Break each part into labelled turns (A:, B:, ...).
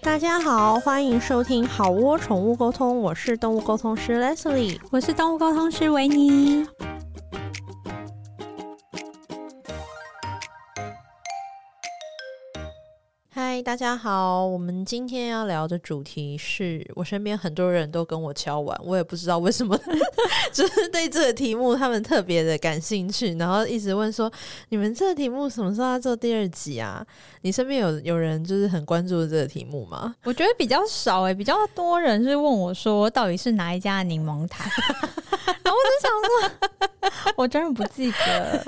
A: 大家好，欢迎收听好窝宠物沟通，我是动物沟通师 Leslie。
B: 我是动物沟通师维尼。
A: 嗨，大家好，我们今天要聊的主题是我身边很多人都跟我敲碗，我也不知道为什么， 就是对这个题目他们特别的感兴趣，然后一直问说你们这个题目什么时候要做第二集啊？你身边有有人就是很关注这个题目吗？
B: 我觉得比较少欸诶、比较多人是问我说，到底是哪一家的柠檬 塔？然后我就想说，我真的不记得。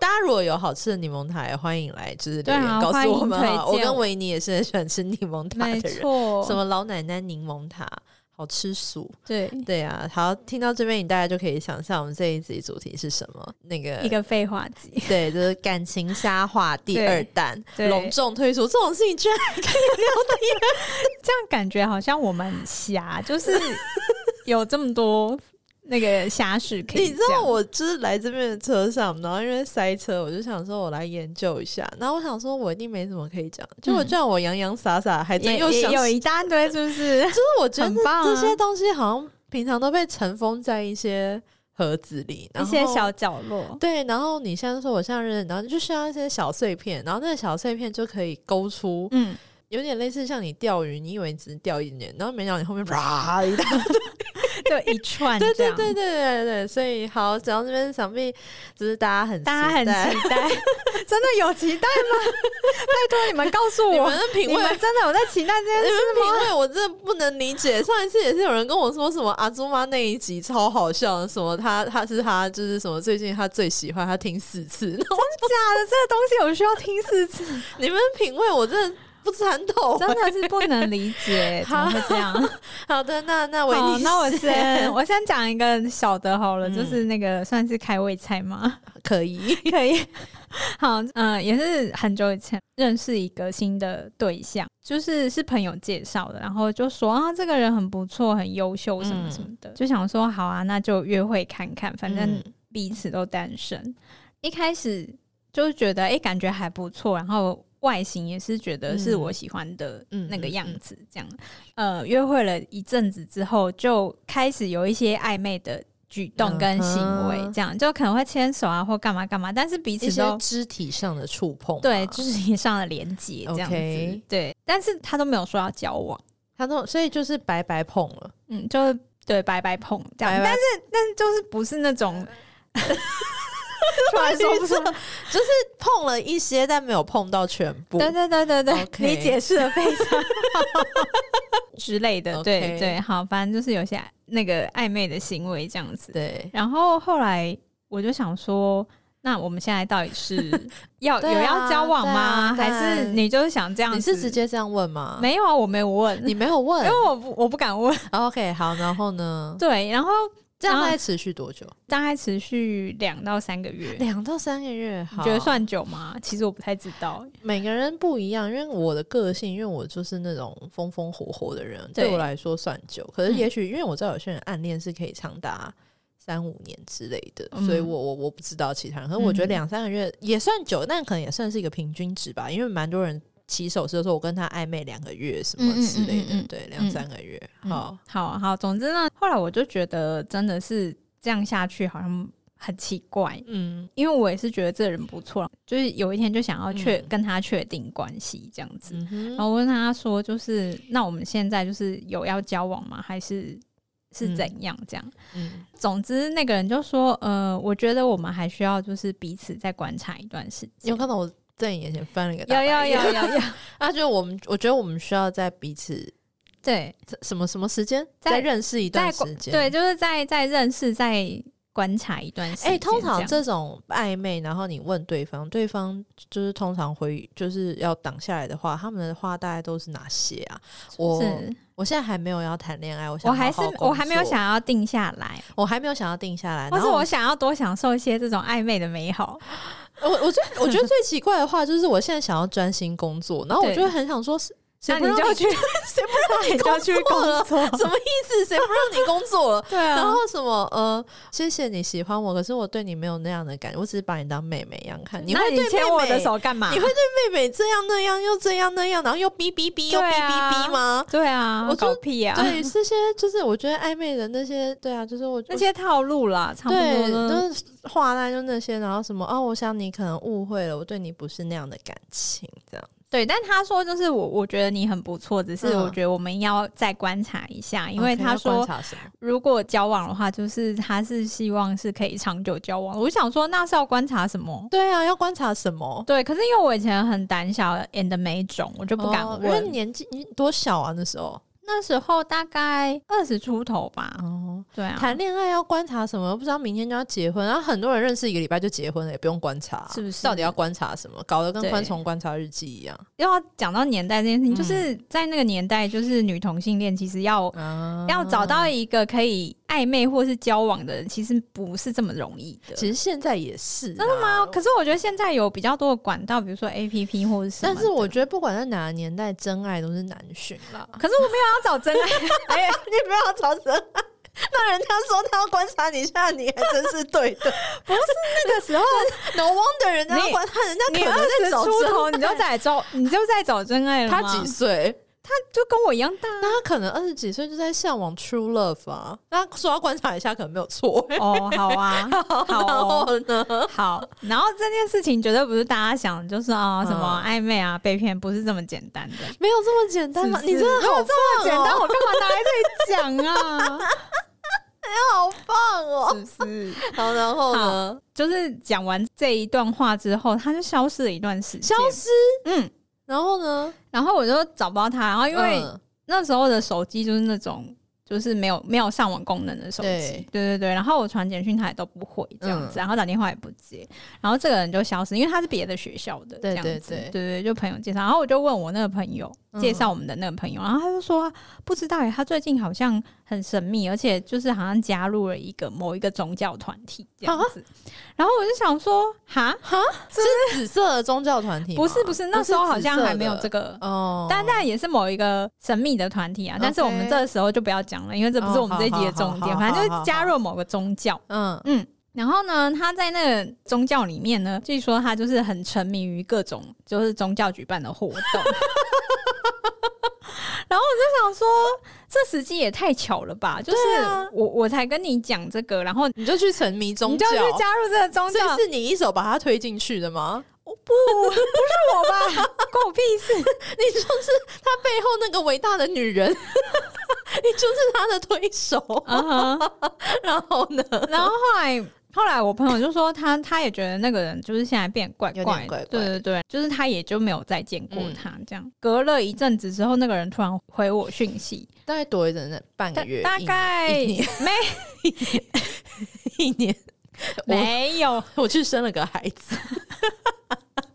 A: 大家如果有好吃的柠檬塔，也欢迎来就是留
B: 对啊
A: 言告
B: 欢
A: 诉
B: 迎
A: 我们啊！
B: 推
A: 我
B: 荐
A: 跟维尼也是很喜欢吃柠檬塔
B: 没
A: 的人。
B: 错，
A: 什么老奶奶柠檬塔，好吃素。
B: 对
A: 对啊，好，听到这边你大概就可以想象我们这一集主题是什么。那个
B: 一个废话集？
A: 对，就是感情瞎 话第
B: 对
A: 二弹
B: 对
A: 隆重推出，这种事情 居然
B: 这样感觉好像我们很瞎，就是 有这么多那个瞎事可以
A: 你知道
B: 讲
A: 我就是来这边的车上，然后因为塞车，我就想说我来研究一下，然后我想说我一定没什么可以讲，结果居然我洋洋洒洒，还真
B: 嗯也
A: 又
B: 也
A: 想
B: 有一大堆，是不 是？
A: 就是我觉得
B: 很棒啊
A: 这些东西好像平常都被尘封在一些盒子里，然
B: 一
A: 后
B: 些小角落。
A: 对，然后你现在说我像认，然后就需要一些小碎片，然后那个小碎片就可以勾出，
B: 嗯，
A: 有点类似像你钓鱼，你以为只是钓一点点，然后没想到你后面啪一大，
B: 就一 串
A: 对
B: 这
A: 对
B: 样，
A: 对对对对，所以好，讲到这边想必就是大家很
B: 大家很
A: 待
B: 期待， 真的有期待吗？ 拜托你们告诉
A: 你
B: 我
A: 们，的品
B: 你
A: 味。
B: 们真的有在期待这
A: 你们
B: 件事？
A: 品味我真的不能理解。上一次也是有人跟我说什么阿朱妈那一集超好笑，什么他他是他就是什么最近他最喜欢他听四次， 然后
B: 假啊的，这个东西我需要听四次，
A: 你们的品味我真的不参透。
B: 真的是不能理 解，怎么会这样？
A: 好的，那那维
B: 好，
A: 尼，
B: 那我先我先讲一个小的好了，
A: 嗯
B: 就是那个算是开胃菜吗？
A: 可以。
B: 可以。 好，嗯、也是很久以前认识一个新的对象，就是是朋友介绍的，然后就说啊，这个人很不错，很优秀，什么什么的，就想说好啊，那就约会看看，反正
A: 嗯
B: 彼此都单身。一开始就觉得哎、诶感觉还不错，然后外形也是觉得是
A: 嗯
B: 我喜欢的那个样子，这样。呃，约会了一阵子之后，就开始有一些暧昧的举动跟行为
A: 嗯，哼
B: 这样就可能会牵手啊或干嘛干嘛，但是彼
A: 一
B: 此
A: 些
B: 都。
A: 肢体上的触碰嘛，
B: 对肢体上的连接这样子
A: OK
B: 对，但是他都没有说要交往，
A: 他都所以就是白白碰 了，
B: 嗯，就是对白白碰这样，
A: 白白
B: 但是但是就是不是 那种突然
A: 说
B: 说
A: 不
B: 不
A: 出
B: 出
A: 来就是碰了一些，但没有碰到全部。
B: 对对对对对
A: OK
B: 你解释的非常好 之类的
A: OK
B: 对对，好，反正就是有些那个暧昧的行为这样子。
A: 对
B: 然后后来我就想说，那我们现在到底 是要、
A: 对啊
B: 有要交往吗？
A: 对啊
B: 还是你就是想这样子？
A: 你是直接这样问吗？，
B: 没有啊？我没有问，
A: 你没有
B: 因
A: 问。嗯
B: 为我不我不敢问。
A: OK，好，然后呢？
B: 对，然后
A: 这样啊
B: 然后
A: 大概持续多久？
B: 大概持续两到三个月，
A: 两到三个月，
B: 你
A: 好，
B: 觉得算久吗？其实我不太知道、
A: 每个人不一样，因为我的个性，因为我就是那种风风火火的人，对
B: 对
A: 我来说算久。可是
B: 嗯
A: 也许因为我知道有些人暗恋是可以长达三五年之类的，
B: 嗯
A: 所以我我我不知道其他人，可是我觉得
B: 嗯
A: 两三个月也算久，但可能也算是一个平均值吧，因为蛮多人。起手式的时候，我跟他暧昧两个月什么之类的，
B: 嗯嗯嗯嗯嗯
A: 对，两三个月。好，
B: 好好，总之呢，后来我就觉得真的是这样下去好像很奇怪，
A: 嗯，
B: 因为我也是觉得这人不错，就是有一天就想要确、
A: 嗯
B: 跟他确定关系这样子。
A: 嗯哼
B: 然后我问他说，就是那我们现在就是有要交往吗？还是是怎样这样？
A: 嗯
B: 总之，那个人就说，呃，我觉得我们还需要就是彼此再观察一段时
A: 你有
B: 间。
A: 看到我在你眼前翻了一个大
B: 有
A: 白
B: 有
A: 眼？
B: 有 有有，
A: 那就我们，我觉得我们需要在彼此
B: 对
A: 什么什么时间
B: 在
A: 再认识一段
B: 在
A: 时间，
B: 对，就是在在认识、在观察一段时间
A: 哎、
B: 样。
A: 通常这种暧昧，然后你问对方，对方就是通常回就是要挡下来的话，他们的话大概都是哪些啊？我
B: 是
A: 我现在还没有要谈恋爱，我想
B: 我还是
A: 好好工作
B: 我还没有，想要定下来，
A: 我还没有想要定下来。
B: 或
A: 然
B: 是
A: 后
B: 我想要多享受一些这种暧昧的美好。
A: 我我最我觉得最奇怪的话就是，我现在想要专心工作，然后我
B: 对
A: 就会很想说，是谁
B: 那
A: 不
B: 你
A: 让
B: 就
A: 你
B: 去，
A: 谁不让
B: 你
A: 你
B: 就
A: 工
B: 去
A: 作了？
B: 工 作
A: 什么意思？谁不让你工作了？
B: 对啊，
A: 然后什么呃，谢谢你喜欢我，可是我对你没有那样的感觉，我只是把你当妹妹一样看。你
B: 那
A: 会对
B: 牵
A: 妹
B: 我的
A: 妹
B: 手干嘛？
A: 你会对妹妹这样那样，又这样那样，然后又哔哔哔，又哔
B: 对
A: 哔
B: 啊
A: 哔吗？
B: 对啊，
A: 我就
B: 狗屁啊，
A: 对，这些就是我觉得暧昧的那些，对啊，就是我
B: 那些套路啦，差
A: 我
B: 不
A: 对，
B: 多了。
A: 就是话烂就那些，然后什么哦，我想你可能误会了，我对你不是那样的感情，这样。
B: 对，但他说就是我，我觉得你很不错，只是
A: 嗯
B: 我觉得我们要再观察一下，因为
A: OK，
B: 他
A: 要观
B: 说
A: 察什么
B: 如果交往的话，就是他是希望是可以长久交往。我想说那是要观察什么？
A: 对啊，要观察什么？
B: 对，可是因为我以前很胆小，and 没种，我就不敢
A: 哦
B: 问。
A: 因为年纪你多小啊那时候
B: 那时候大概二十出头吧，
A: 哦，
B: 对啊，
A: 谈恋爱要观察什么？不知道明天就要结婚，然后很多人认识一个礼拜就结婚了，也不用观察，
B: 是不是
A: 到底要观察什么？搞得跟
B: 对
A: 宽虫观察日记一样
B: 又要讲到年代这件事情，就是在那个年代，就是女同性恋其实要、
A: 啊
B: 要找到一个可以暧昧或是交往的人，其实不是啊这么容易的。
A: 其实现在也是、
B: 真的吗？？可是我觉得现在有比较多的管道，比如说 A P P 或者什么
A: 但
B: 的。
A: 是我觉得不管在哪个年代，真爱都是难寻啦。
B: 可是我没有要找真爱，
A: 哎、啊你不要吵真爱，那人家说他要观察你一下，你还真是对 的。
B: 那个时候
A: No wonder 人家
B: 你
A: 要观察，人家
B: 你
A: 可
B: 二
A: 能在
B: 十
A: 找
B: 出
A: 真
B: 头，你就在 找，你就在找真爱了
A: 他
B: 吗
A: 几岁？
B: 就跟我一样大
A: 那他可能二十几岁就在向往 true love 啊。那他说要观察一下，可能没有错、
B: 哦，好啊，好
A: 然后
B: 哦。
A: 呢？
B: 好，然后这件事情绝对不是大家想的，就是啊、什么暧昧啊、被骗，不是这么简单的。
A: 没有这么简单吗？
B: 是不是
A: 你真的好
B: 这么简单，
A: 棒哦
B: 我干嘛拿来这里讲啊？
A: 好棒哦！
B: 是不是？
A: 好，然后呢？
B: 就是讲完这一段话之后，他就消失了一段时间，
A: 消失，
B: 嗯，
A: 然后呢？
B: 然后我就找不到他，然后因为
A: 嗯
B: 那时候的手机就是那种就是没有没有上网功能的手机，
A: 对嗯
B: 对对对，然后我传简讯他也都不回这样子，然后打电话也不接，然后这个人就消失，因为他是别的学校的
A: 对
B: 这样子，
A: 对对
B: 对就朋友介绍，然后我就问我那个朋友、
A: 嗯
B: 介绍我们的那个朋友，然后他就说不知道耶，他最近好像很神秘，而且就是好像加入了一个某一个宗教团体这样子，
A: 啊
B: 然后我就想说哈，
A: 紫色的宗教团体吗？
B: 不是不是，那时候好像还没有这
A: 个
B: 个
A: 哦，
B: 但但也是某一个神秘的团体啊。但是我们
A: OK
B: 这时候就不要讲了，因为这不是我们这一集的重
A: 哦
B: 点。
A: 好好好
B: 反正就是加入某个宗教，
A: 嗯
B: 嗯。然后呢，他在那个宗教里面呢，据说他就是很沉迷于各种就是宗教举办的活 动。然后我就想说，这时机也太巧了吧！就是
A: 对啊
B: 我我才跟你讲这个，然后
A: 你就去沉迷宗
B: 你
A: 教
B: 就，去加入这个宗
A: 所
B: 教，
A: 以是你一手把他推进去的吗？
B: 是 我吧？关我屁事！
A: 你就是他背后那个伟大的女人， 你就是他的推手。
B: 嗯哼。
A: 然后呢？
B: 然后后来后来我朋友就说他他也觉得那个人就是现在变怪
A: 有
B: 怪
A: 点
B: 的，
A: 怪怪嗯
B: 对对对，就是他也就没有再见过他这样。隔了一阵子之后，那个人突然回我讯息，
A: 大概躲一整整半
B: 大
A: 个月，
B: 大
A: 嗯一年
B: 概
A: 一年
B: 没
A: 一年。 我
B: 没有，
A: 我去生了个孩子，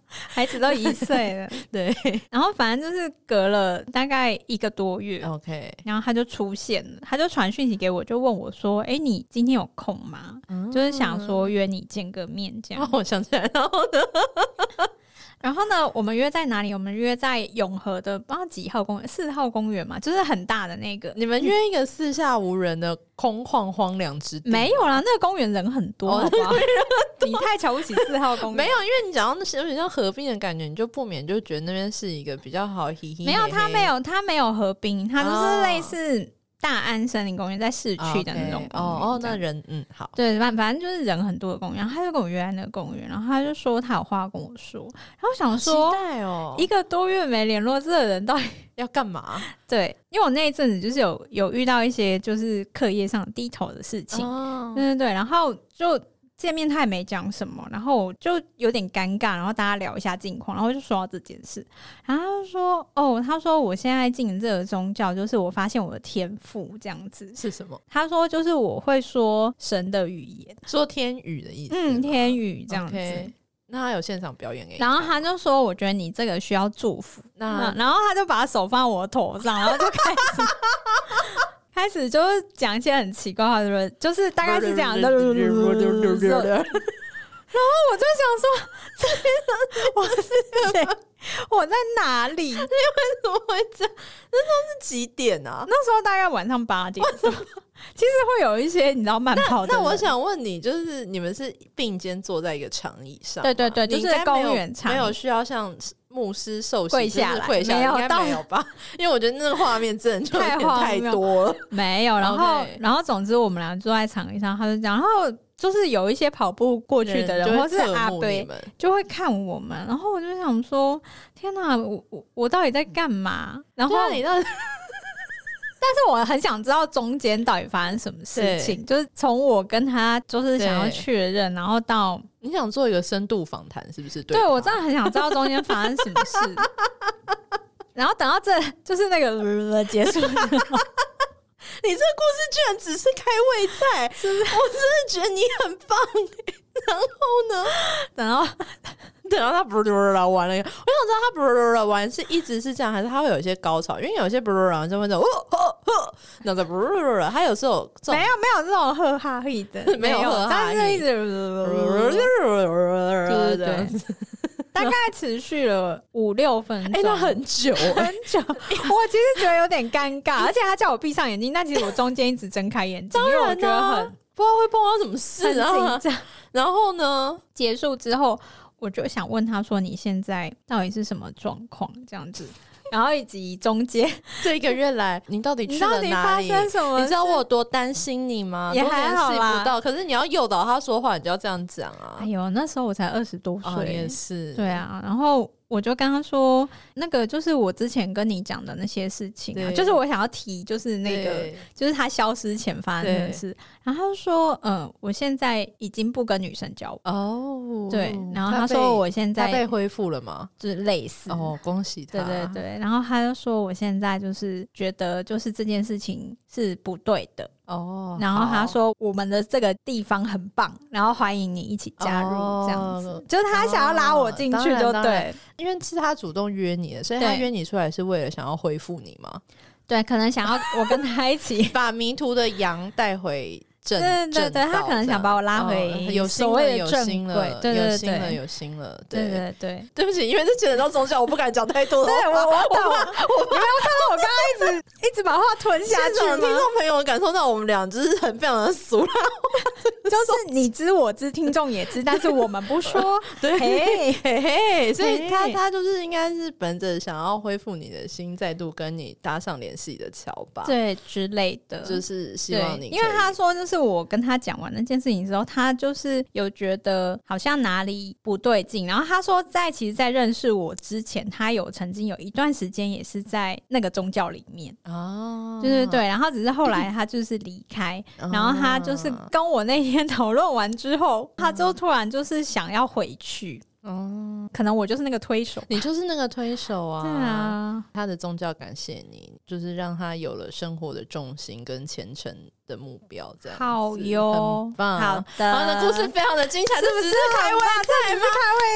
B: 孩子都一岁了。
A: 对
B: 然后反正就是隔了大概一个多月。
A: ，OK，
B: 然后他就出现了，他就传讯息给我，就问我说：“哎，你今天有空吗？
A: 啊
B: 就是想说约你见个面这样。”
A: 哦，我想起来，然后呢？
B: 然后呢，我们约在哪里？我们约在永和的不知道几号公园，四号公园嘛，就是很大的那个。
A: 你们约一个四下无人的空旷荒凉之地，
B: 没有啦，那个公园人很多，
A: 哦
B: 好吧？ 你太瞧不起四号公园。
A: 没有，因为你讲到那些有点像合并的感觉，你就不免就觉得那边是一个比较好嘻嘻。
B: 没有，它没
A: 有
B: 有，它没有合并，它就是
A: 哦
B: 类似大安森林公园在市区的那种公园这样。
A: 哦哦，那人嗯好，
B: 对，反反正就是人很多的公园。然后他就跟我约在那个公园，然后他就说他有话要跟我说，然后我想
A: 说
B: 说
A: 哦
B: 一个多月没联络，这个人到底
A: 要干嘛？
B: 对，因为我那一阵子就是有有遇到一些就是课业上低头的事情，
A: 哦
B: 对对对，然后就见面他也没讲什么，然后我就有点尴尬，然后大家聊一下近况，然后就说到这件事，然后他就说哦，他说我现在进这个宗教，就是我发现我的天赋这样子，
A: 是什么？
B: 他说就是我会说神的语言，
A: 说天语的意思吗，
B: 嗯，天语这样子。
A: OK 那他有现场表演给你看
B: 然
A: 吗，
B: 后他就说：“我觉得你这个需要祝福。”
A: 那
B: 嗯然后他就把手放我头上，然后就 开始开始就是讲一些很奇怪的话，就是就是大概是这样的。然我就想说，这边人我是谁？我在哪里？
A: 怎么会这样？那时候是几点啊？
B: 那时候大概晚上八点多，其实会有一些你知道慢跑的
A: 那
B: 人。
A: 我想问你，就是你们是并肩坐在一个长椅上吗？
B: 对对对
A: 你
B: 就是
A: 应该没有
B: 公园长椅
A: 没有需要像牧师受洗
B: 跪
A: 就是
B: 下来
A: 跪下来，
B: 没有
A: 应该
B: 到
A: 没有吧？ 因为我觉得那个画面真的就有
B: 太
A: 点
B: 荒
A: 太
B: 谬
A: 多了。
B: 没有，然
A: 哦
B: 后、
A: 对
B: 然后总之我们俩坐在场地上，他就讲，然后就是有一些跑步过去的人，
A: 就
B: 或
A: 会
B: 是啊
A: 侧
B: 阿
A: 目你
B: 贝，
A: 们
B: 就会看我们，然后我就想说，天哪，我我我到底在干嘛？然后
A: 对啊你到底
B: 但是我很想知道中间到底发生什么事
A: 对
B: 情，就是从我跟他就是想要
A: 对
B: 确认，然后到
A: 你想做一个深度访谈，是不是？
B: 对我
A: 这
B: 真的很想知道中间发生什么事。 然后等到这就是 那个结束，
A: 你这个故事居然只是开胃 菜，我真的觉得你很 棒。然后呢，
B: 等到
A: 等到他不啦完了，我想知道他不啦完是一直是这样，还是他会有一些高潮？因为有些不啦就会这样，哦哦哦，然后再不啦，他有时候这种
B: 没有没有这种呵哈嘿 的，
A: 没有呵哈嘿
B: 但是一直对对
A: 对
B: 对，大概持续了五六分
A: 哎，
B: 钟，
A: 那很久
B: 很
A: 哎，
B: 久， 我其实觉得有点尴 尬，而且他叫我闭上眼睛，但其实我中间一直睁开眼睛，因为我觉得
A: 啊
B: 很
A: 不知道会碰到什么事
B: 很
A: 啊。
B: 紧张。
A: 然后呢，
B: 结束之后，我就想问他说：“你现在到底是什么状况？”这样 子，然后以及中间
A: 这一个月来，你到底
B: 你
A: 去
B: 到
A: 了
B: 底
A: 哪
B: 发
A: 里？
B: 生什么事？
A: 你知道我有多担心你吗？
B: 也
A: 多
B: 还
A: 联
B: 好
A: 系
B: 啦
A: 不到，可是你要诱导他说话，你就要这样讲啊
B: 哎。呦，那时候我才二十多
A: 啊，你
B: 岁，
A: 也是，
B: 对，啊，然后。我就跟他说，那个就是我之前跟你讲的那些事情啊，
A: 对
B: 就是我想要提，就是那个
A: 对
B: 就是他消失前发生的
A: 对
B: 事。然后他就说，嗯，我现在已经不跟女生交往，
A: 哦，
B: 对。然后他
A: 被
B: 说我现
A: 他被
B: 在
A: 恢复了吗？
B: 就是类似，
A: 哦，恭喜
B: 对
A: 他，
B: 对对。然后他就说，我现在就是觉得就是这件事情是不对的。
A: 哦。
B: 然后他
A: 好
B: 说，我们的这个地方很棒，然后欢迎你一起加入，
A: 哦
B: 这样子。就是他想要拉我进去，
A: 哦
B: 就
A: 当然当
B: 对
A: 然因为是他主动约你的，所以他
B: 对
A: 约你出来是为了想要恢复你嘛，。
B: 对，可能想要我跟他一起
A: 把迷途的羊带回正。
B: 对对对，
A: 正道
B: 他可能
A: 这
B: 想
A: 样
B: 把我拉回
A: 哦有心
B: 所
A: 了，
B: 谓
A: 有
B: 的正
A: 心
B: 轨
A: 了，，
B: 对
A: 有
B: 对
A: 心了，
B: 对，
A: 有心了，
B: 对对对。
A: 对不起，因为这牵扯到宗教，我不敢讲太多的
B: 对
A: 话。
B: 我我懂，我没有看到我刚刚一 直一直把话吞下
A: 现
B: 去
A: 场听
B: 吗？
A: 众朋友感受到我们俩就是很非常的俗辣，
B: 就是你知我知，听众也知，但是我们不说。
A: 对
B: 嘿，
A: 嘿嘿，所以他
B: 嘿
A: 他就是应该是本着想要恢复你的心，再度跟你搭上联系的桥吧，，
B: 对之类的，
A: 就是希
B: 对
A: 望，你可以，
B: 因为他说，就是我跟他讲完那件事情之后，他就是有觉得好像哪里不对劲。然后他说在，其实，在认识我之前，他有曾经有一段时间也是在那个宗教里面，
A: 啊，
B: 对对对。然后只是后来他就是离开，
A: 啊，
B: 然后他就是跟我那天 讨论完之后，他就
A: 嗯
B: 突然就是想要回去，
A: 哦，
B: 可能我就是那个推手。
A: 你就是那个推手啊，
B: 对。啊，
A: 他的宗教感谢你，就是让他有了生活的重心跟前程的目标，这样子
B: 好哟
A: 很，棒。
B: 好呃的，
A: 然后呢，故事非常的精彩，这只是开胃菜吗？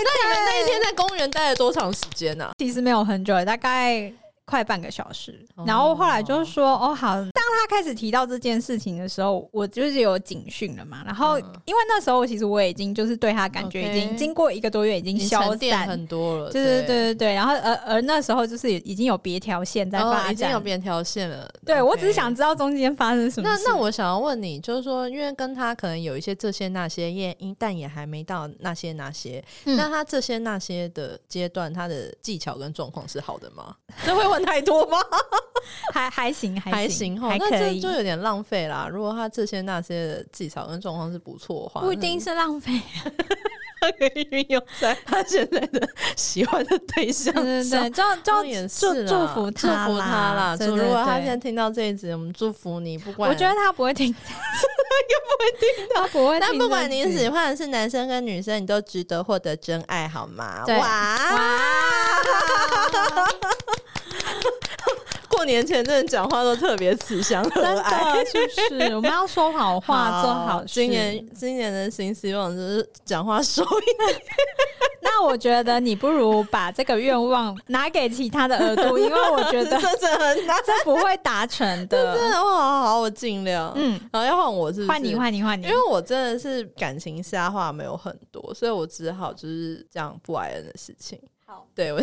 A: 那你们那一天在公园待了多长时间呢、啊？
B: 其实没有很久，大概快半个小时
A: 哦。
B: 然后后来就说：“哦，好。”当他开始提到这件事情的时候，我就是有警讯了嘛。然后
A: 嗯
B: 因为那时候其实我已经就是对他感觉
A: OK
B: 已经经过一个多月，已经
A: 已经
B: 消
A: 沉淀
B: 散。
A: 很多了，
B: 对对对对对，然后而而那时候就是已经有别条线在
A: 哦，
B: 发
A: 已经有
B: 展，
A: 边条线了。
B: 对
A: OK
B: 我只是想。知道中间发生什么
A: 那
B: 事。
A: 那我想要问你，就是说，因为跟他可能有一些这些那些，也但也还没到那些那些。
B: 嗯
A: 那他这些那些的阶段，他的技巧跟状况是好的吗？这会问太多吗？
B: 还还行还
A: 还
B: 行
A: 行哈，那
B: 可
A: 这
B: 以
A: 就，有点浪费啦。如果他这些那些的技巧跟状况是不错的话，
B: 不一
A: 那
B: 定是浪费。
A: 他可以运用在 他现在 的喜欢的对象
B: 对对
A: 上
B: 对，。就
A: 那
B: 就
A: 也
B: 祝
A: 是啦
B: 祝福
A: 祝福他啦！
B: 对
A: 祝
B: 对
A: 如果他
B: 对
A: 现在听到这一集，我们祝福你，不管
B: 我觉得他不会 听， 他不会听，他不会听这
A: 但
B: 集。
A: 不管你喜欢的是男生跟女生，你都值得获得真爱，好吗？
B: 对
A: 哇！
B: 哇，
A: 过年前真的讲话都特别慈祥和
B: 真
A: 蔼。
B: 的就是我们要说好话，做好事。
A: 今年今年的新希望就是讲话收一
B: 那那我觉得你不如把这个愿望拿给其他的额度，因为我觉得
A: 这真的很难，
B: 这不会达成
A: 真
B: 的。
A: 的，我好好，我尽量。
B: 嗯，
A: 然后要换我是不是
B: 换你，换你，换你
A: 因。为我真的是感情瞎话没有很多，所以我只好就是讲不爱人的事情。
B: 好，
A: 对我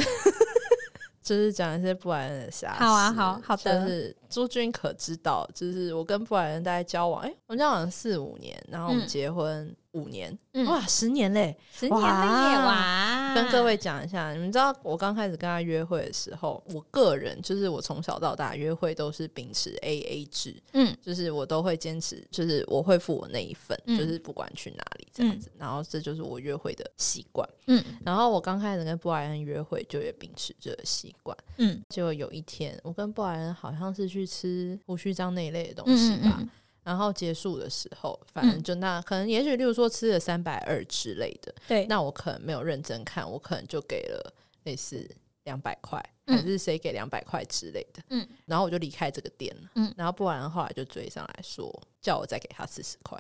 A: 就是讲一些不爱人的瞎事。
B: 好啊好好的
A: 就是朱君可知道，就是我跟不爱人大概交往，哎、我们交往四五年，然后我们
B: 嗯
A: 结婚五年，
B: 嗯
A: 哇，十年嘞！
B: 十年的夜
A: 哇
B: 晚，
A: 跟各位讲一下，你们知道我刚开始跟他约会的时候，我个人就是我从小到大约会都是秉持 A A 制，
B: 嗯，
A: 就是我都会坚持，就是我会付我那一份，
B: 嗯
A: 就是不管去哪里这样子。然后这就是我约会的习惯。
B: 嗯
A: 然后我刚开始跟布莱恩约会，就也秉持这个习惯。
B: 嗯
A: 结果有一天，我跟布莱恩好像是去吃胡须章那一类的东西
B: 嗯
A: 吧。
B: 嗯
A: 然后结束的时候，反正
B: 嗯
A: 就那可能，也许例如说吃了三百二之类的，
B: 对，
A: 那我可能没有认真看，我可能就给了类似两百块，
B: 嗯
A: 还是谁给两百块之类的。
B: 嗯，
A: 然后我就离开这个店了。
B: 嗯
A: 然后不然后来就追上来说，叫我再给他四十 块。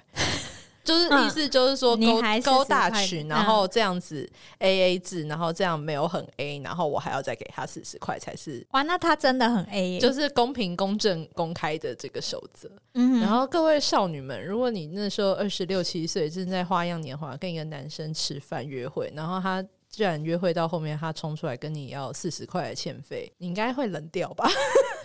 A: 就是
B: 嗯
A: 意思就是说
B: 你
A: 勾、
B: 还40
A: 勾大
B: 块
A: 群，
B: 嗯
A: 然后这样子 A A 制，然后这样没有很 A，然后我还要再给他四十块才是，
B: 哇，那他真的很 A，耶
A: 就是公平、公正、公开的这个守则。
B: 嗯
A: 然后各位少女们，如果你那时候二十六七岁，正在花样年华跟一个男生吃饭约会，然后他居然约会到后面，他冲出来跟你要四十块的欠费，你应该会冷掉 吧？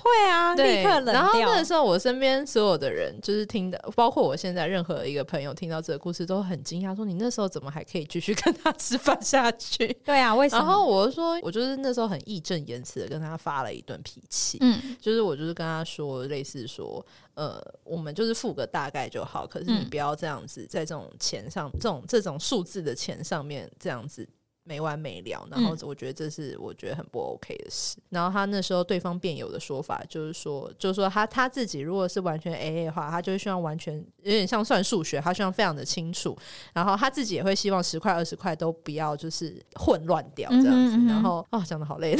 B: 会啊，立刻冷
A: 然后
B: 掉
A: 那。时候我身边所有的人，就是听的，包括我现在任何一个朋友听到这个故事都很惊讶，说你那时候怎么还可以继续跟他吃饭下去？
B: 对啊，为什么？
A: 然后我就说，我就是那时候很义正言辞的跟他发了一顿脾气，
B: 嗯
A: 就是我就是跟他说，类似说，呃，我们就是付个大概就好，可是你
B: 嗯
A: 不要这样子在这种钱上，这种这种数字的钱上面这样子。没完没了，然后
B: 嗯
A: 我觉得这是我觉得很不 OK 的事。然后他那时候对方辩友的说法就是说，就是说他他自己如果是完全 AA 的话，他就会希望完全有点像算数学，他希望非常的清楚，然后他自己也会希望十块二十块都不要就是混乱掉这样
B: 嗯
A: 子。
B: 哼嗯哼
A: 然后哦，讲的好累，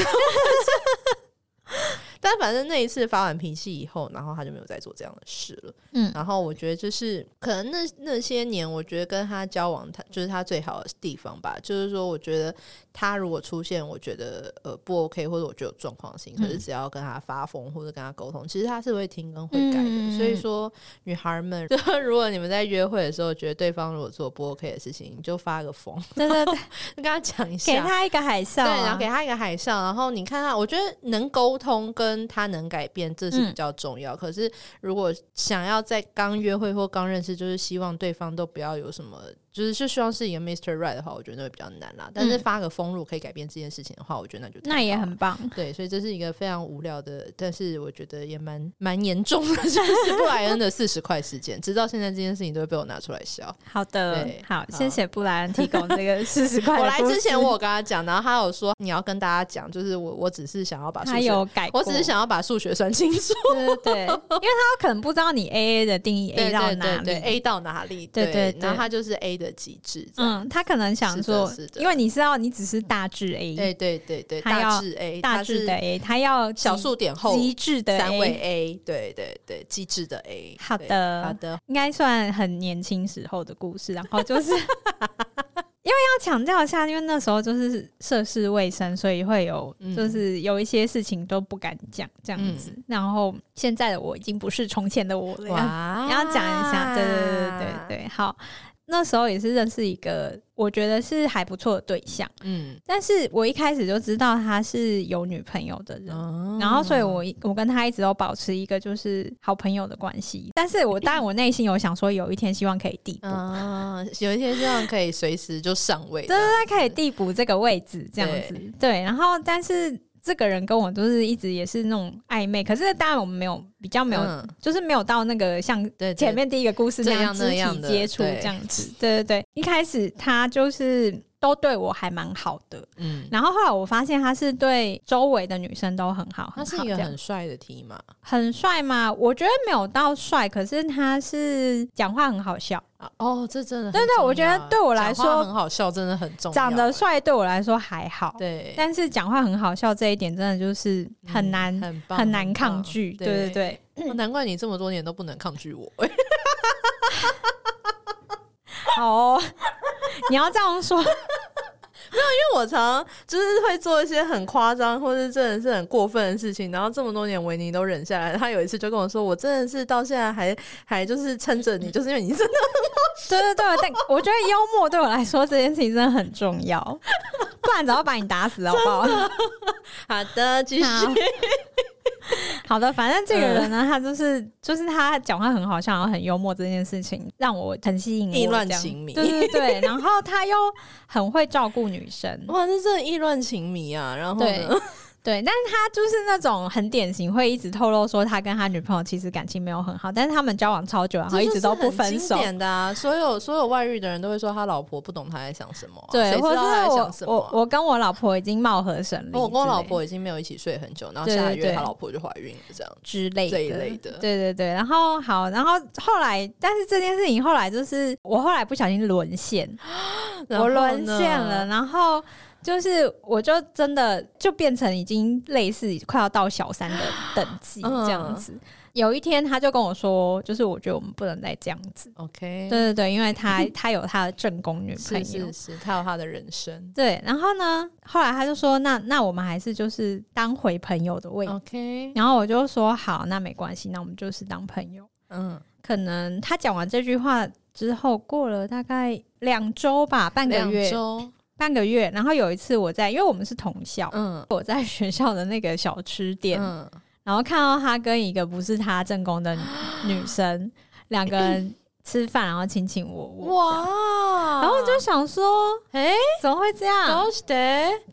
A: 但反正那一次发完脾气以后，然后他就没有再做这样的事了。
B: 嗯
A: 然后我觉得就是可能那那些年，我觉得跟他交往，他就是他最好的地方吧。就是说，我觉得他如果出现我觉得呃不 OK 或者我觉得有状况性，可是
B: 嗯
A: 只要跟他发疯或者跟他沟通，其实他是会听跟会改的。
B: 嗯
A: 所以说，女孩 们，就如果你们在约会的时候觉得对方如果做不 OK 的事情，你就发个疯，
B: 对对对，
A: 跟他讲一下，
B: 给他一个海啸、啊，
A: 对，然后给他一个海上，然后你看他，我觉得能沟通跟他能改变，这是比
B: 嗯
A: 较重要。可是如果想要在刚约会或刚认识，就是希望对方都不要有什么，就是就希望是一个 Mr. Right 的话，我觉得那会比较难啦。但是
B: 嗯
A: 发个疯如果可以改变这件事情的话，我觉得那就
B: 那也
A: 太好了
B: 很棒。
A: 对，所以这是一个非常无聊的，但是我觉得也蛮蛮严重的，就是 布莱恩的四十块事件，直到现在这件事情都会被我拿出来笑。
B: 好的
A: 对，
B: 好，
A: 好
B: 谢谢布莱恩提供 这个四十块的
A: 我来
B: 故
A: 之
B: 事
A: 前我有跟他讲，然后他有说你要跟大家讲，就是我我只是想要把数
B: 他
A: 学
B: 有改过，
A: 我只是想要把数学算清楚，
B: 对对 对，因为他可能不知道你 A A 的定义 A 到哪里
A: 对对对 A 到哪里，
B: 对对对
A: 然后它就是 A 的极致，这样，
B: 嗯，他可能想说
A: 是的是，的
B: 因为你知道你只是大致 A，
A: 对对对对，
B: 它要
A: 大致 A，
B: 大
A: 它
B: 致
A: 是
B: 的 A，他要
A: 小
B: 极
A: 数点后
B: 极致的 A
A: 三位 A，对对对，极致的 A，
B: 好
A: 对
B: 的
A: 好的，
B: 应该算很年轻时候的故事，然后就是。 因为要强调一下，因为那时候就是涉世未深，所以会有
A: 嗯
B: 就是有一些事情都不敢讲这样子。然后现在的我已经不是从前的我了，要
A: 哇啊
B: 要讲一下，对对对对对对，好。那时候也是认识一个我觉得是还不错的对象，
A: 嗯，
B: 但是我一开始就知道他是有女朋友的人，
A: 哦
B: 然后，所以我一我跟他一直都保持一个就是好朋友的关系，但是我当然我内心有想说，有一天希望可以递补，
A: 啊，有一天这样可以随时就上位的，
B: 对对对，可以递补这个位置这样子，对。然后，但是这个人跟我就是一直也是那种暧昧，可是当然我们没有比较没有，
A: 嗯
B: 就是没有到那个像
A: 对对
B: 前面第一个故事那样
A: 这
B: 肢
A: 样
B: 体
A: 那样的
B: 接触
A: 对
B: 这样子，对对对。一开始他就是都对我还蛮好的，
A: 嗯，
B: 然后后来我发现他是对周围的女生都很好，
A: 他是
B: 好
A: 一个
B: 这样
A: 很帅的题嘛，
B: 很帅吗？我觉得没有到帅，可是他是讲话很好笑，
A: 啊哦，这真的很
B: 对对
A: 重
B: 我觉得
A: 要
B: 对我
A: 讲
B: 来
A: 话
B: 说
A: 很好笑，真的很重要，欸
B: 长得帅对我来说还好，
A: 对，
B: 但是讲话很好笑这一点真的就是很难、
A: 嗯很棒
B: 很难抗拒，
A: 很棒
B: 对对对。
A: 哦难怪你这么多年都不能抗拒我。哎
B: 好、哦，你要这样说，
A: 因为我常就是会做一些很夸张或是真的是很过分的事情，然后这么多年维尼都忍下来。他有一次就跟我说：“我真的是到现在还还就是撑着你，就是因为你真的
B: 对对对，但我觉得幽默对我来说这件事情真的很重要，不然早要把你打死了，好不好？
A: 好的，继 续。
B: 好好的，反正这个人
A: 嗯
B: 呢，他就是就是他讲话很好笑，然后很幽默，这件事情让我很吸引我。
A: 意乱情迷
B: 对对对，然后他又很会照顾女生，
A: 哇，这真的意乱情迷啊！然后
B: 对
A: 呢？
B: 对，但是他就是那种很典型，会一直透露说他跟他女朋友其实感情没有很好，但是他们交往超久，然后一直都不分
A: 这就是
B: 手
A: 很。经典的啊！所有所有外遇的人都会说他老婆不懂他在想什么啊、
B: 对，
A: 谁知道
B: 或者
A: 他在想
B: 是
A: 什
B: 我
A: 么
B: 我
A: 啊、
B: 我跟我老婆已经貌合神离之类的，
A: 我跟我老婆已经没有一起睡很久，然后
B: 对
A: 下个
B: 对
A: 月
B: 对
A: 他老婆就怀孕了，这样。
B: 之类的
A: 这一类的
B: 对对对。然后好，然后后来，但是这件事情后来就是我后来不小心沦陷，
A: 然
B: 我
A: 后
B: 沦
A: 呢
B: 陷了，，然后。就是，我就真的就变成已经类似快要到小三的等级
A: 嗯
B: 这样子。有一天，他就跟我说，就是我觉得我们不能再这样子。
A: OK，
B: 对，对对，因 为他他有他的正宫女朋
A: 嗯是
B: 友
A: 是，是，他有他的人生。
B: 对。然后呢，后来他就说，那那我们还是就是当回朋友的位
A: 嗯
B: 置。
A: OK，
B: 然后我就说好，那没关系，那我们就是当朋友。
A: 嗯，
B: 可能他讲完这句话之后，过了大概两周吧，半个
A: 两
B: 月，
A: 周，
B: 半个月。然后有一次我在，因为我们是同校，
A: 嗯
B: 我在学校的那个小吃店，
A: 嗯，
B: 然后看到他跟一个不是他正宫的女 女生，两个人吃饭，然后亲亲我我，
A: 哇，
B: 然后我就想说，
A: 哎，
B: 怎么会这样？
A: 都是的，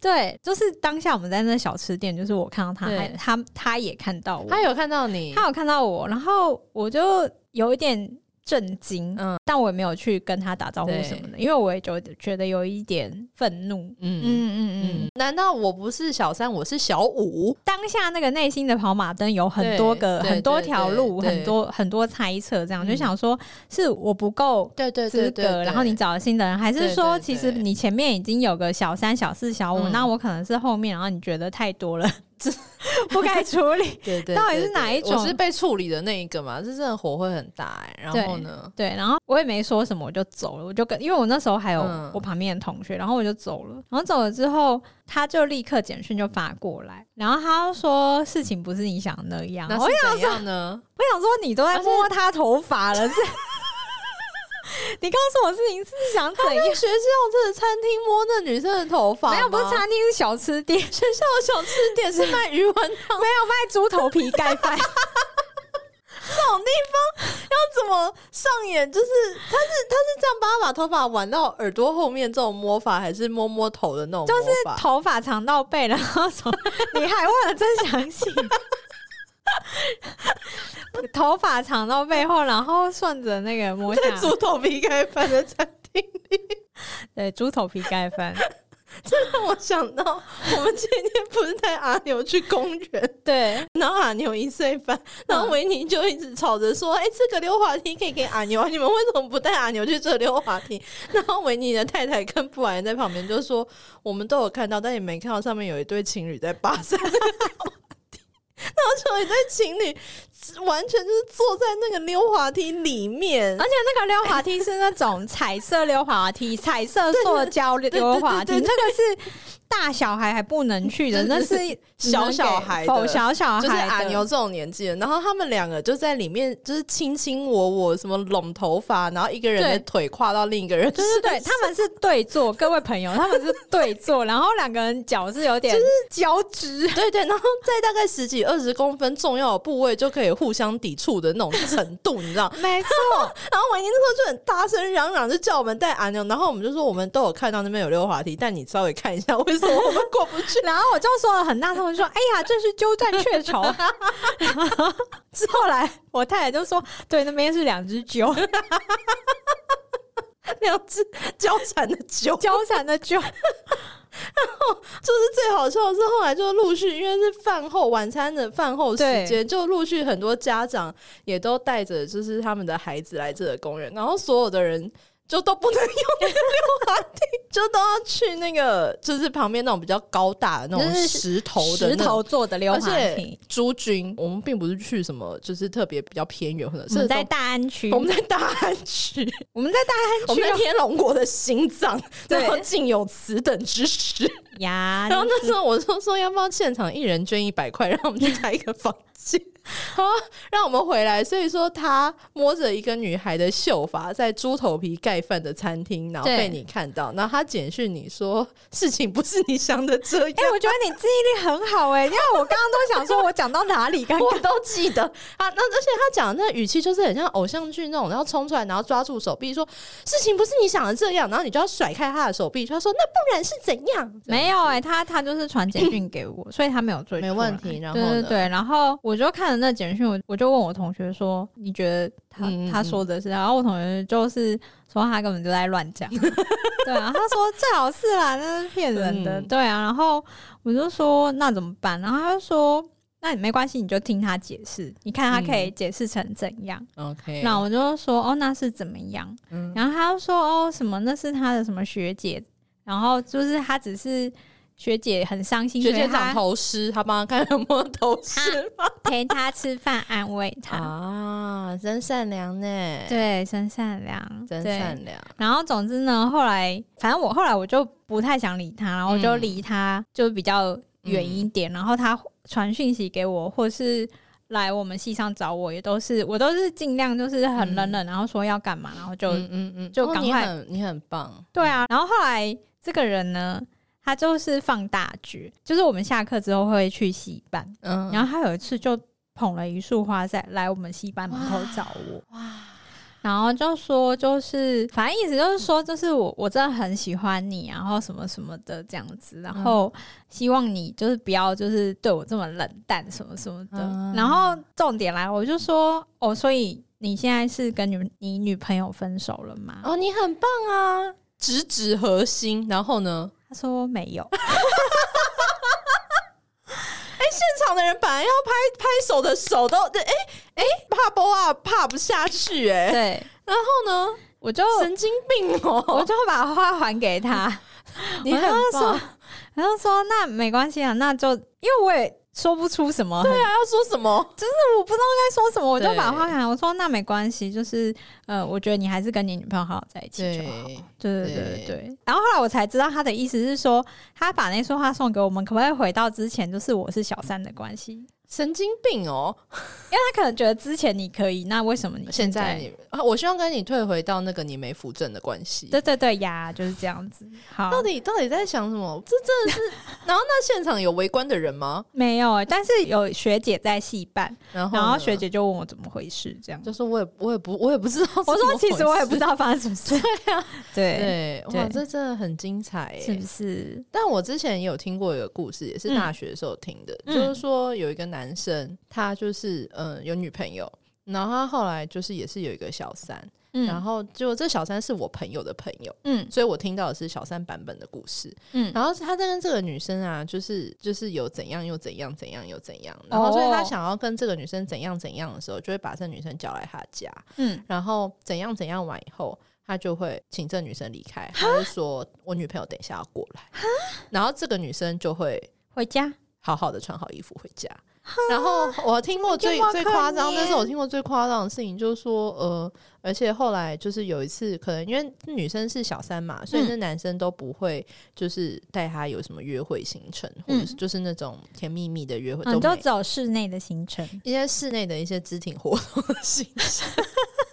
B: 对，就是当下我们在那小吃店，就是我看到他，
A: 对
B: 还他他也看到我，
A: 他有看到你，
B: 他有看到我，然后我就有一点震惊，
A: 嗯
B: 但我也没有去跟他打招呼什么的，因为我也就觉得有一点愤怒。嗯
A: 嗯
B: 嗯嗯
A: 嗯，难道我不是小三，我是小五？
B: 当下那个内心的跑马灯有很多个、
A: 对
B: 很多条路、
A: 对对对
B: 很多很多猜测，这样、
A: 嗯
B: 就想说是我不够
A: 对对
B: 资格，然后你找了新的人，还是说
A: 对对对
B: 其实你前面已经有个小三、小四、小五，
A: 嗯
B: 那我可能是后面，然后你觉得太多了，不该处理，
A: 对对，
B: 到底
A: 对
B: 是哪
A: 对
B: 一种
A: 我是被处理的那一个嘛，这真的火会很大哎。然后呢？
B: 对，然后我也没说什么，我就走了。我就跟，因为我那时候还有
A: 嗯
B: 我旁边的同学，然后我就走了。然后走了之后，他就立刻简讯就发过来，然后他就说事情不是你想的那样。
A: 那
B: 我
A: 是怎样 呢？
B: 我想说，你都在摸他头发 了，是？你告诉我事情是想怎样？
A: 在学校这个餐厅摸那女生的头发吗，
B: 没有，不是餐厅，是小吃 店，
A: 学校的小吃店是卖鱼丸 汤，
B: 没有卖猪头皮盖 饭。
A: 这种地方要怎么上演？就是他是他是这样把把头发挽到耳朵后面这种摸法，还是摸摸头的那种
B: 就
A: 摸
B: 是
A: 法？
B: 头发长到背，然后说你还问的真详 细。头发长到背后，然后顺着那个摸下
A: 在，猪头皮盖饭的餐 厅，
B: 对，猪头皮盖饭，
A: 让我想到我们今天不是带阿牛去公园，
B: 对，
A: 然后阿牛一岁半，然
B: 嗯
A: 后维尼就一直吵着说：“哎、这个溜滑梯可以给阿牛，啊你们为什么不带阿牛去这溜滑梯？” 然后维尼的太太跟布莱恩在旁边就说：“我们都有看到，但也没看到上面有一对情侣在跋山。”然 后就有一对情侣完全就是坐在那个溜滑梯里面
B: 而，且那个溜滑梯是那种彩色溜滑梯，彩色塑胶溜滑梯，
A: 对对对对
B: 那
A: 对
B: 个是大小孩还不能去的，那是
A: 小小孩的
B: 否小小孩的，
A: 就是阿牛这种年纪的，然后他们两个就在里面就是卿卿我我，什么拢头发，然后一个人的
B: 对
A: 腿跨到另一个人，
B: 对对对，他们是对坐，各位朋友，他们是对坐，然后两个人脚是有点就是交织，
A: 对对，然后在大概十几二十公分重要的部位就可以互相抵触的那种程度，你知 道？
B: 没 错，，
A: 然后维尼那时候就很大声嚷嚷，就叫我们带阿牛，然后我们就说我们都有看到那边有溜滑梯，但你稍微看一下为什么我们过不去
B: 然后我就说了很大声，我就说：“哎呀，这是鸠占鹊巢。” 之后来我太太就说：“对，那边是两只 鸠，
A: 两只 交缠的揪。
B: 交缠的鸠。
A: 就是最好笑的是，后来就陆续，因为是饭后晚餐的饭后时间，就陆续很多家长也都带着就是他们的孩子来这个公园，然后所有的人就都不能用溜滑梯，就都要去那个就是旁边那种比较高大的那种
B: 就是
A: 石头的
B: 石
A: 那种
B: 头做的溜
A: 而
B: 滑
A: 且
B: 梯。
A: 诸君，我们并不是去什么，就是特别比较偏远或者
B: 我
A: 是
B: 嗯们在大安区，
A: 我们在大安区，
B: 我们在大
A: 我
B: 安
A: 们在
B: 区哦
A: 天龙国的心脏，
B: 对
A: 然后竟有此等之时。
B: 呀，
A: 然后那时候我就说，要不要现场一人捐一百块，让我 们去开一个房间，好让我们回来。所以说，他摸着一个女孩的秀发，在猪头皮盖饭的餐厅，然后
B: 对
A: 被你看到，然后他简讯你说，事情不是你想的这样
B: 哎、。我觉得你记忆力很好哎、因为我刚刚都想说我讲到哪里，刚
A: 我都记 得啊。那而且他讲的那语气就是很像偶像剧那种，然后冲出来，然后抓住手臂说：“事情不是你想的这样。”然后你就要甩开他的手臂，他说：“那不然是怎样？”
B: 没有哎、他他就是传简讯给我，所以他没有追出
A: 没
B: 来，
A: 问题然后呢
B: 对对对，然后我就看了那简讯，我我就问我同学说，你觉得他、
A: 嗯嗯
B: 他说的是？然后我同学就是说他根本就在乱 讲，对啊，他说最好是啦，那是骗人的，
A: 嗯
B: 对啊，然后我就说那怎么办？然后他就说。那你没关系，你就听他解释，你看他可以解释成怎样。
A: OK，
B: 那我就说哦，那是怎么样？
A: 嗯
B: 然后他就说哦，什么那是他的什么学姐，然后就是他只是学姐很伤心，
A: 学
B: 所
A: 姐
B: 以
A: 长
B: 他
A: 头虱，他帮他看有没有头虱吗？
B: 陪他吃饭安慰他，
A: 啊，真善良呢，
B: 对，真善良，
A: 真
B: 对
A: 善良。
B: 然后总之呢，后来反正我后来我就不太想理他，然后我就离他就比较远一
A: 嗯
B: 点。然后他传讯息给我，或是来我们系上找我，也都是我都是尽量就是很冷冷，然后说要干嘛，然后就、
A: 嗯嗯嗯，
B: 就
A: 哦
B: 赶
A: 你
B: 快
A: 很你很棒，
B: 对啊，然后后来这个人呢，他就是放大局，就是我们下课之后会去戏班，
A: 嗯，
B: 然后他有一次就捧了一束花在来我们戏班门口找我，
A: 哇，
B: 然后就说就是反正意思就是说就是我我真的很喜欢你，啊然后什么什么的这样子，然后
A: 嗯
B: 希望你就是不要就是对我这么冷淡什么什么的，
A: 嗯
B: 然后重点来我就说哦，所以你现在是跟你你女朋友分手了吗？
A: 哦，你很棒啊，直指核心。然后呢，
B: 他说没 有。
A: 现场的人本来要拍拍手的手都，哎哎，怕不啊，怕不下去哎、
B: 对，
A: 然后呢，
B: 我就
A: 神经病哦、
B: 我就把花还给 他，
A: 你
B: 我
A: 还
B: 就
A: 要
B: 说
A: 说，
B: 我就说那没关系啊，那就因为我也说不出什么，对
A: 还要说什么？
B: 我不知道该说什么，我就
A: 啊对
B: 把花给他，我说那没关系，就是呃，我觉得你还是跟你女朋友好好在一起就好。对对对对对。然后后来我才知道他的意思是说，他把那束花送给我们，可不可以回到之前，就是我是小三的关系？因
A: 神经病哦、
B: 为他可能觉得之前你可以，那为什么你
A: 现在
B: 在？
A: 你啊，我希望跟你退回到那个你没扶正的关系。
B: 对对对呀，就是这样子。好，
A: 到底到底在想什么？这真的是。然后那现场有围观的人吗？
B: 没有，但是有学姐在戏办，
A: 然后
B: 然
A: 然
B: 后学姐就问我怎么回事，这样。
A: 就说我也我也不我也不知道是怎么
B: 我
A: 回事。
B: 说其实我也不知道发生什么事，对啊，对，
A: 对，哇，
B: 对
A: 这真的很精彩耶
B: 是不是？
A: 但我之前也有听过一个故事，也是大学的时候听的，
B: 嗯
A: 就是说有一个男生，他就是嗯有女朋友，然后他后来就是也是有一个小三，
B: 嗯
A: 然后就这小三是我朋友的朋友，
B: 嗯
A: 所以我听到的是小三版本的故事。
B: 嗯
A: 然后他跟这个女生啊，就是就是有怎样又怎样怎样又怎样，然后所以他想要跟这个女生怎样怎样的时候，就会把这女生叫来他家，
B: 嗯，
A: 然后怎样怎样完以后，他就会请这女生离开，他就说我女朋友等一下要过来，然后这个女生就会
B: 回家
A: 好好的穿好衣服回家。然后我听过最
B: 这么
A: 最
B: 可
A: 夸张，
B: 怜
A: 那是我听过最夸张的事情，就是说，呃，而且后来就是有一次，可能因为女生是小三嘛，所以那男生都不会就是带她有什么约会行程，或者是就是那种甜蜜蜜的约会，
B: 嗯，
A: 都
B: 就
A: 没有
B: 走室内的行程，
A: 一些室内的一些肢体活动的行程。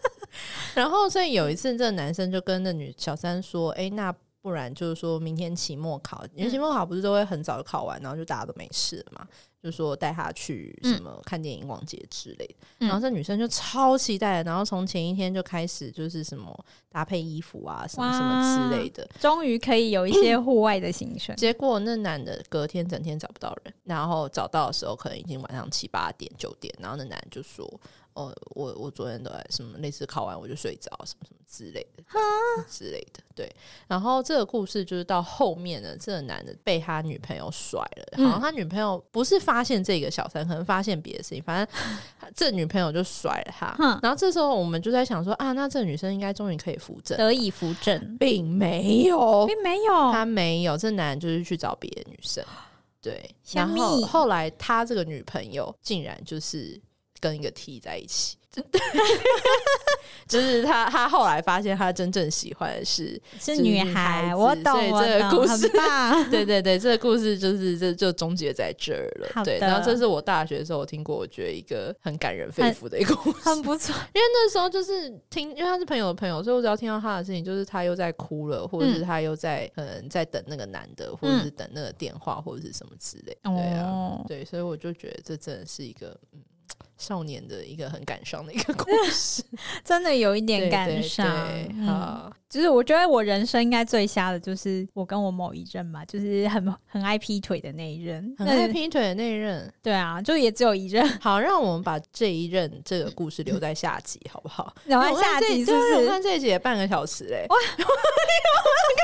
A: 然后，所以有一次，这个男生就跟那女小三说：“哎、那不然就是说明天期末考，因为期末考不是都会很早就考完，然后就大家都没事了嘛，就说带他去什么看电影、逛街之类的。
B: 嗯
A: 然后这女生就超期待的，然后从前一天就开始就是什么搭配衣服啊，什么什么之类的。
B: 终于可以有一些户外的 行程。
A: 结果那男的隔天整天找不到人，然后找到的时候可能已经晚上七八点九点，然后那男的就说：“哦，我我昨天都在什么类似考完我就睡着，啊什么什么之类的之类的。对，然后这个故事就是到后面呢，这个男的被他女朋友甩了，好像他女朋友不是发现这个小三，可能发现别的事情，反正这女朋友就甩了他
B: 哼。
A: 然后这时候我们就在想说啊，那这个女生应该终于可以扶正，
B: 得以扶正，
A: 并没有，
B: 并没有
A: 他没有，这男的就是去找别的女生，对。
B: 虾
A: 然
B: 米
A: 后后来他这个女朋友竟然就是跟一个 T 在一 起，就是他他后来发现他真正喜欢的 是，
B: 是女孩，
A: 就是女孩子
B: 我懂，
A: 所以
B: 我
A: 这个
B: 懂，
A: 故事。
B: 很 棒
A: 对对对，这个故事就是这就终结在这儿了。
B: 好
A: 对，
B: 的
A: 然后这是我大学的时候我听过，我觉得一个很感人肺腑的一个故事，
B: 很不错，
A: 因为那时候就是听，因为他是朋友的朋友，所以我只要听到他的事情，就是他又在哭了，或者是他又在可能在等那个男的，或者
B: 嗯
A: 是等那个电话，或者是什么之类。对啊，
B: 哦，
A: 对，所以我就觉得这真的是一个嗯少年的一个很感伤的一个故 事，
B: 真的有一
A: 对
B: 点感伤。
A: 对对
B: 嗯
A: 好，
B: 就是我觉得我人生应该最瞎的就是我跟我某一任嘛，就是很很爱劈腿的那一任，
A: 很爱
B: 那
A: 劈腿的那一任。
B: 对啊，就也只有一任。
A: 好，让我们把这一任这个故事留在下集，好不好？
B: 然后
A: 我
B: 下
A: 看这
B: 集是
A: 对啊
B: 不
A: 我
B: 是？
A: 看这一集也半个小时嘞、 哇，我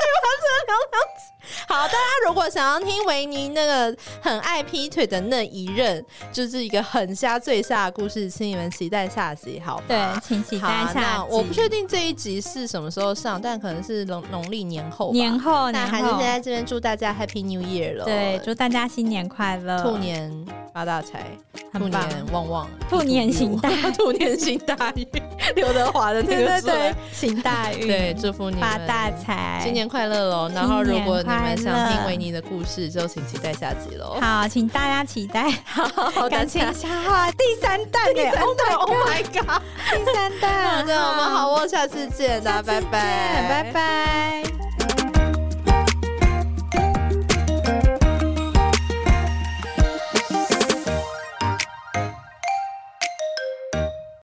A: 可以把这聊两集。好，大家如果想要听维尼那个很爱劈腿的那一任，就是一个很瞎最瞎的故事，请你们期待下集，好吗？
B: 对，请期
A: 好
B: 待
A: 啊，
B: 下
A: 那
B: 集。
A: 我不确定这一集是什么时候上，但可能是农农历年后吧。
B: 年后，
A: 那
B: 年
A: 还是
B: 后
A: 在这边祝大家 Happy New Year 了。
B: 对，祝大家新年快乐，
A: 兔年发大财，兔
B: 很棒
A: 年旺旺，
B: 兔年行大，
A: 兔年行大 运，刘德华 的那
B: 对
A: 个
B: 对
A: 出来
B: 对，行大运，
A: 对，祝福你们
B: 发大财，
A: 新年快乐喽！然后，如果你们
B: 新年
A: 想
B: 快乐
A: 听维尼的故事，就请期待下集喽。
B: 好，请大家期待。
A: 好
B: 感情一下哇，第三弹耶！Oh my
A: ，Oh
B: god，
A: my god！
B: 第三
A: 好 哦
B: 弹，
A: 的，我们好，我下次见，大家啊
B: 下次
A: 拜拜，
B: 见拜。拜。